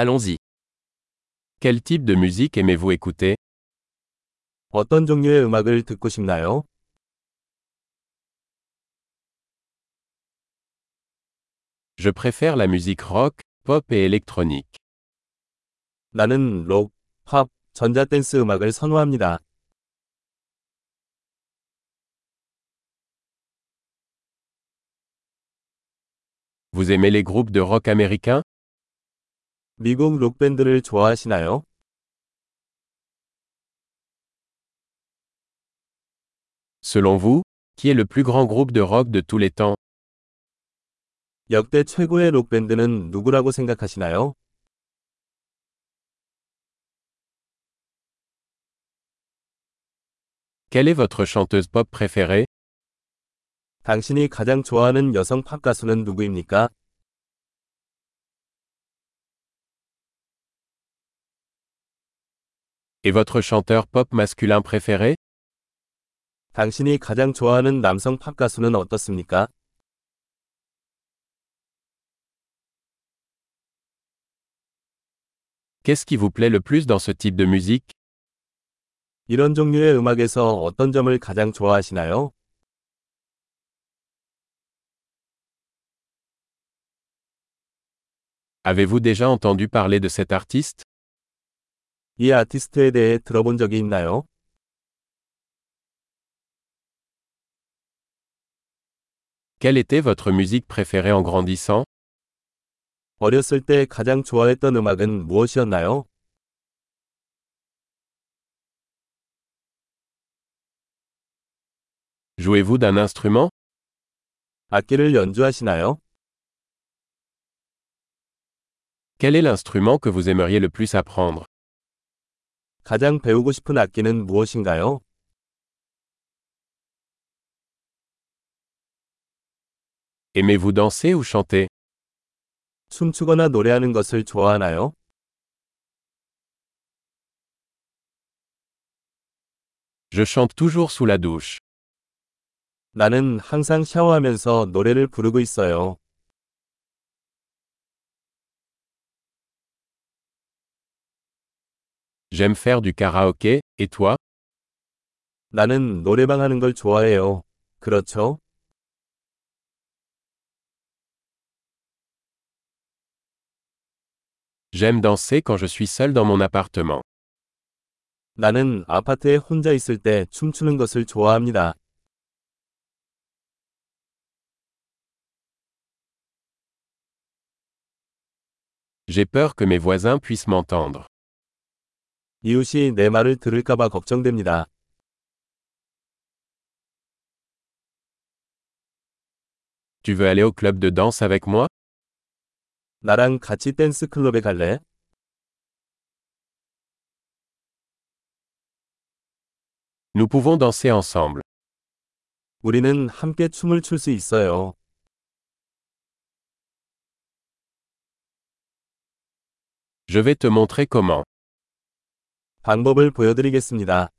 Allons-y. Quel type de musique aimez-vous écouter 어떤 종류의 음악을 듣고 싶나요? Je préfère la musique rock, pop et électronique. 나는 록, 팝, 전자댄스 음악을 선호합니다. Vous aimez les groupes de rock américains 미국 록밴드를 좋아하시나요? Selon vous, qui est le plus grand groupe de rock de tous les temps 역대 최고의 록밴드는 누구라고 생각하시나요? Quelle est votre chanteuse pop préférée 당신이 가장 좋아하는 여성 팝 가수는 누구입니까? Et votre chanteur pop masculin préféré 당신이 가장 좋아하는 남성 팝 가수는 어떻습니까? Qu'est-ce qui vous plaît le plus dans ce type de musique 이런 종류의 음악에서 어떤 점을 가장 좋아하시나요? Avez-vous déjà entendu parler de cet artiste 이 아티스트에 대해 들어본 적이 있나요? Quelle était votre musique préférée en grandissant 어렸을 때 가장 좋아했던 음악은 무엇이었나요? Jouez-vous d'un instrument 악기를 연주하시나요? Quel est l'instrument que vous aimeriez le plus apprendre 가장 배우고 싶은 악기는 무엇인가요? Aimez-vous danser ou chanter 춤추거나 노래하는 것을 좋아하나요? Je chante toujours sous la douche. 나는 항상 샤워하면서 노래를 부르고 있어요. J'aime faire du karaoké, et toi 나는 노래방 하는 걸 좋아해요. 그렇죠? J'aime danser quand je suis seul dans mon appartement. 나는 아파트에 혼자 있을 때 춤추는 것을 좋아합니다. J'ai peur que mes voisins puissent m'entendre. 이웃이 내 말을 들을까봐 걱정됩니다. Tu veux aller au club de danse avec moi 나랑 같이 댄스 클럽에 갈래? Nous pouvons danser ensemble. 우리는 함께 춤을 출 수 있어요. Je vais te montrer comment. 방법을 보여드리겠습니다.